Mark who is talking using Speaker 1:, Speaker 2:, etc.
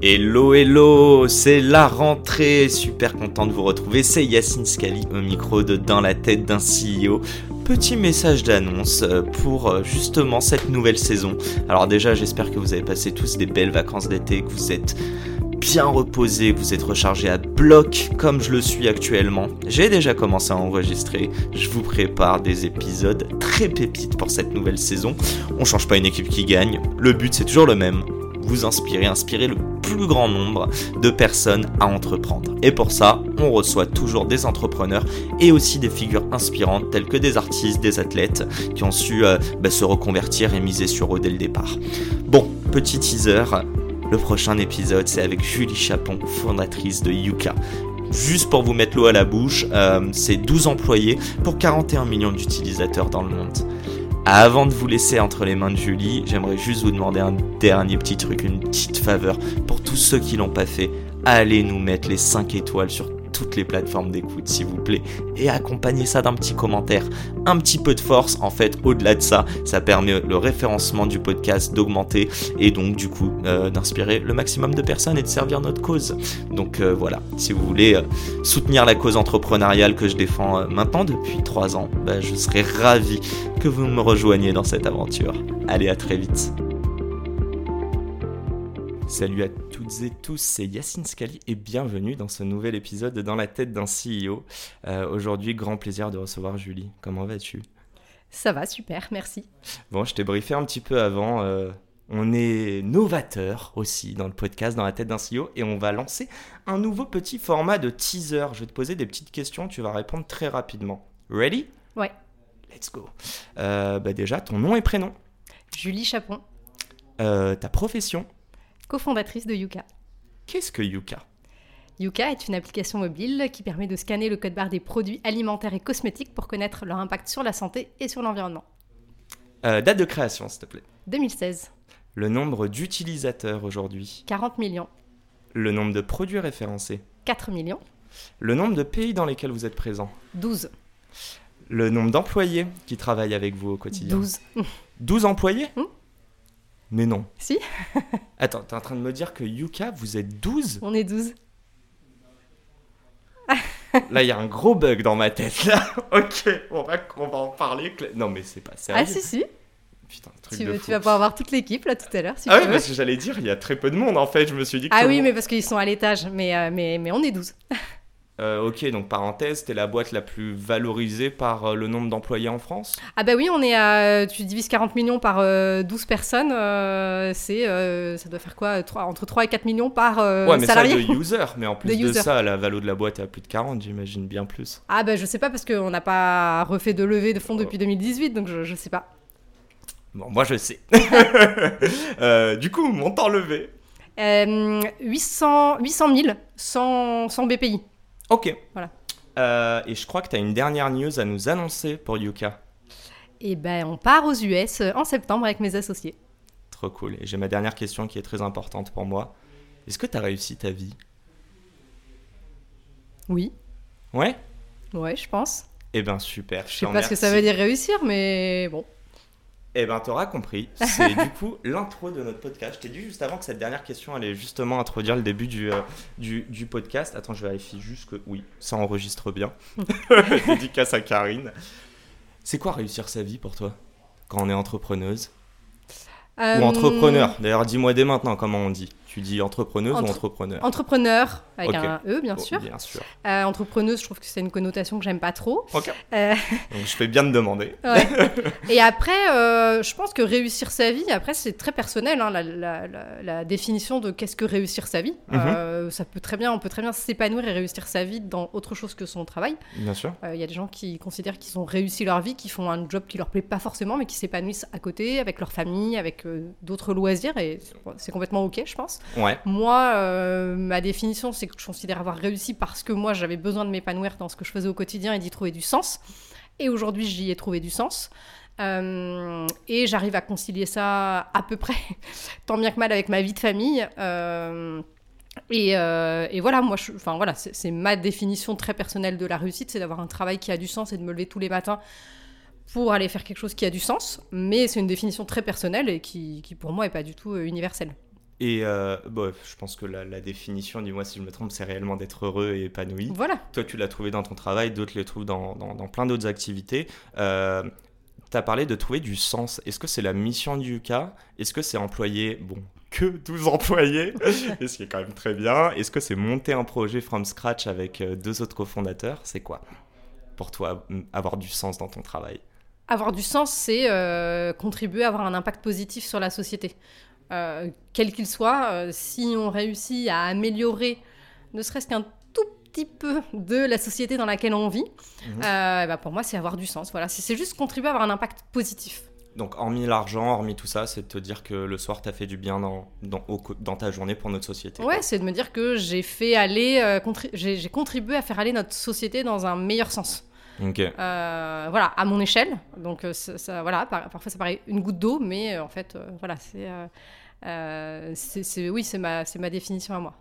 Speaker 1: Hello, hello, c'est la rentrée. Super content de vous retrouver. C'est Yacine Scali au micro de Dans la tête d'un CEO. Petit message d'annonce euh, pour justement cette nouvelle saison. Alors, déjà, j'espère que vous avez passé tous des belles vacances d'été, que vous êtes bien reposé, vous êtes rechargé à bloc comme je le suis actuellement. J'ai déjà commencé à enregistrer, je vous prépare des épisodes très pépites pour cette nouvelle saison. On change pas une équipe qui gagne, le but c'est toujours le même, vous inspirer, inspirer le plus grand nombre de personnes à entreprendre. Et pour ça, on reçoit toujours des entrepreneurs et aussi des figures inspirantes telles que des artistes, des athlètes qui ont su euh, bah, se reconvertir et miser sur eux dès le départ. Bon, petit teaser, le prochain épisode, c'est avec Julie Chapon, fondatrice de Yuka. Juste pour vous mettre l'eau à la bouche, euh, c'est 12 employés pour 41 millions d'utilisateurs dans le monde. Avant de vous laisser entre les mains de Julie, j'aimerais juste vous demander un dernier petit truc, une petite faveur pour tous ceux qui l'ont pas fait. Allez nous mettre les 5 étoiles sur toutes les plateformes d'écoute, s'il vous plaît, et accompagnez ça d'un petit commentaire. Un petit peu de force, en fait, au-delà de ça, ça permet le référencement du podcast d'augmenter et donc, du coup, euh, d'inspirer le maximum de personnes et de servir notre cause. Donc euh, voilà, si vous voulez euh, soutenir la cause entrepreneuriale que je défends euh, maintenant depuis 3 ans, bah, je serais ravi que vous me rejoigniez dans cette aventure. Allez, à très vite. Salut à toutes et tous, c'est Yacine Scali et bienvenue dans ce nouvel épisode de Dans la tête d'un CEO. Euh, Aujourd'hui, grand plaisir de recevoir Julie. Comment vas-tu
Speaker 2: Ça va, super, merci.
Speaker 1: Bon, je t'ai briefé un petit peu avant. Euh, on est novateur aussi dans le podcast Dans la tête d'un CEO et on va lancer un nouveau petit format de teaser. Je vais te poser des petites questions, tu vas répondre très rapidement. Ready
Speaker 2: Ouais.
Speaker 1: Let's go. Euh, bah déjà, ton nom et prénom,
Speaker 2: Julie Chapon,
Speaker 1: Euh, ta profession,
Speaker 2: cofondatrice de Yuka.
Speaker 1: qu'est-ce que Yuka
Speaker 2: Yuka est une application mobile qui permet de scanner le code barre des produits alimentaires et cosmétiques pour connaître leur impact sur la santé et sur l'environnement.
Speaker 1: Euh, Date de création, s'il te plaît.
Speaker 2: 2016,
Speaker 1: Le nombre d'utilisateurs aujourd'hui.
Speaker 2: 40 millions,
Speaker 1: Le nombre de produits référencés.
Speaker 2: 4 millions,
Speaker 1: Le nombre de pays dans lesquels vous êtes présent.
Speaker 2: 12,
Speaker 1: Le nombre d'employés qui travaillent avec vous au quotidien.
Speaker 2: 12.
Speaker 1: 12 employés
Speaker 2: Hmm.
Speaker 1: Mais non.
Speaker 2: Si.
Speaker 1: Attends, t'es en train de me dire que Yuka, vous êtes 12
Speaker 2: On est 12.
Speaker 1: Là, il y a un gros bug dans ma tête, là. ok, on va, on va en parler. cla- Non, mais c'est pas sérieux.
Speaker 2: Ah si, si,
Speaker 1: Putain, truc
Speaker 2: tu,
Speaker 1: de
Speaker 2: veux-
Speaker 1: fou.
Speaker 2: tu vas pouvoir voir toute l'équipe là tout à l'heure si
Speaker 1: Ah
Speaker 2: tu
Speaker 1: oui,
Speaker 2: veux.
Speaker 1: parce que j'allais dire, il y a très peu de monde, en fait. Je me suis dit que...
Speaker 2: Ah
Speaker 1: tout le
Speaker 2: oui,
Speaker 1: monde-
Speaker 2: mais parce qu'ils sont à l'étage, mais, euh, mais, mais on est 12.
Speaker 1: Euh, ok, donc parenthèse, t'es la boîte la plus valorisée par euh, le nombre d'employés en France
Speaker 2: Ah bah oui, on est à, tu divises 40 millions par euh, 12 personnes, euh, c'est, euh, ça doit faire quoi trois- Entre 3 et 4 millions par euh,
Speaker 1: Ouais, mais
Speaker 2: salarié
Speaker 1: ça, de user. Mais en plus
Speaker 2: De
Speaker 1: de,
Speaker 2: user.
Speaker 1: ça, la valo de la boîte est à plus de 40, j'imagine bien plus.
Speaker 2: Ah bah je sais pas parce qu'on n'a pas refait de levée de fonds
Speaker 1: Euh.
Speaker 2: depuis 2018 donc je, je sais pas.
Speaker 1: Bon, moi, je sais. Euh, du coup, montant levé.
Speaker 2: Euh, 800, 800 000 sans, sans BPI.
Speaker 1: Ok.
Speaker 2: Voilà.
Speaker 1: Euh, et je crois que t'as une dernière news à nous annoncer pour Yuka.
Speaker 2: Et ben on part aux US en septembre avec mes associés.
Speaker 1: Trop cool. Et j'ai ma dernière question qui est très importante pour moi. Est-ce que t'as réussi ta vie
Speaker 2: Oui,
Speaker 1: Ouais
Speaker 2: ouais je pense.
Speaker 1: Eh ben, super. Je
Speaker 2: Je sais pas ce que ça veut dire réussir mais bon.
Speaker 1: Eh ben, t'auras compris. C'est du coup l'intro de notre podcast. Je t'ai dit juste avant que cette dernière question allait justement introduire le début du, euh, du, du podcast. Attends, je vérifie juste que oui, ça enregistre bien. Dédicace à Karine. C'est quoi réussir sa vie pour toi quand on est entrepreneuse
Speaker 2: Euh,
Speaker 1: Ou entrepreneur D'ailleurs, dis-moi dès maintenant comment on dit. Tu dis entrepreneuse
Speaker 2: Entre-
Speaker 1: ou entrepreneur
Speaker 2: Euh, Entrepreneur avec
Speaker 1: Ok.
Speaker 2: un E bien
Speaker 1: Oh,
Speaker 2: sûr.
Speaker 1: Bien sûr.
Speaker 2: Euh, entrepreneuse je trouve que c'est une connotation que j'aime pas trop.
Speaker 1: Ok.
Speaker 2: Euh,
Speaker 1: Donc, je fais bien de demander.
Speaker 2: Ouais. Et après, euh, je pense que réussir sa vie, après, c'est très personnel, hein, la, la- la- la définition de qu'est-ce que réussir sa vie.
Speaker 1: Mhm.
Speaker 2: Euh, ça peut très bien, on peut très bien s'épanouir et réussir sa vie dans autre chose que son travail.
Speaker 1: Bien sûr.
Speaker 2: Euh, Il y a des gens qui considèrent qu'ils ont réussi leur vie, qui font un job qui leur plaît pas forcément, mais qui s'épanouissent à côté, avec leur famille, avec euh, d'autres loisirs, et c'est- c'est complètement OK, je pense.
Speaker 1: Ouais.
Speaker 2: Moi, euh, ma définition, c'est que je considère avoir réussi parce que moi, j'avais besoin de m'épanouir dans ce que je faisais au quotidien et d'y trouver du sens. Et aujourd'hui, j'y ai trouvé du sens. Euh, et j'arrive à concilier ça à peu près, tant bien que mal, avec ma vie de famille. Euh, et, euh, et voilà, moi, je- enfin voilà, c'est c'est ma définition très personnelle de la réussite, c'est d'avoir un travail qui a du sens et de me lever tous les matins pour aller faire quelque chose qui a du sens. Mais c'est une définition très personnelle et qui, qui pour moi, est pas du tout euh, universelle.
Speaker 1: Et euh, bon, je pense que la, la définition, dis-moi si je me trompe, c'est réellement d'être heureux et épanoui.
Speaker 2: Voilà.
Speaker 1: Toi, tu l'as trouvé dans ton travail, d'autres le trouvent dans, dans- dans plein d'autres activités. Euh, tu as parlé de trouver du sens. Est-ce que c'est la mission du Yuka Est-ce que c'est employer, bon, que 12 employés, et ce qui est quand même très bien Est-ce que c'est monter un projet from scratch avec euh, deux autres cofondateurs C'est quoi pour toi m- avoir du sens dans ton travail
Speaker 2: Avoir du sens, c'est euh, contribuer à avoir un impact positif sur la société. Euh, quel qu'il soit, euh, si on réussit à améliorer ne serait-ce qu'un tout petit peu de la société dans laquelle on vit,
Speaker 1: Mhm.
Speaker 2: euh, bah, pour moi, c'est avoir du sens. Voilà, C'est- c'est juste contribuer à avoir un impact positif.
Speaker 1: Donc, hormis l'argent, hormis tout ça, c'est de te dire que le soir, tu as fait du bien dans, dans, au co- dans ta journée pour notre société.
Speaker 2: Ouais, c'est de me dire que j'ai fait aller, euh, contri- j'ai j'ai contribué à faire aller notre société dans un meilleur sens.
Speaker 1: Ok.
Speaker 2: Euh, voilà, à mon échelle. Donc euh, ça, ça- voilà, par- parfois ça paraît une goutte d'eau, mais euh, en fait, euh, voilà, c'est, euh, euh, c'est, c'est- oui, c'est ma, c'est ma définition à moi.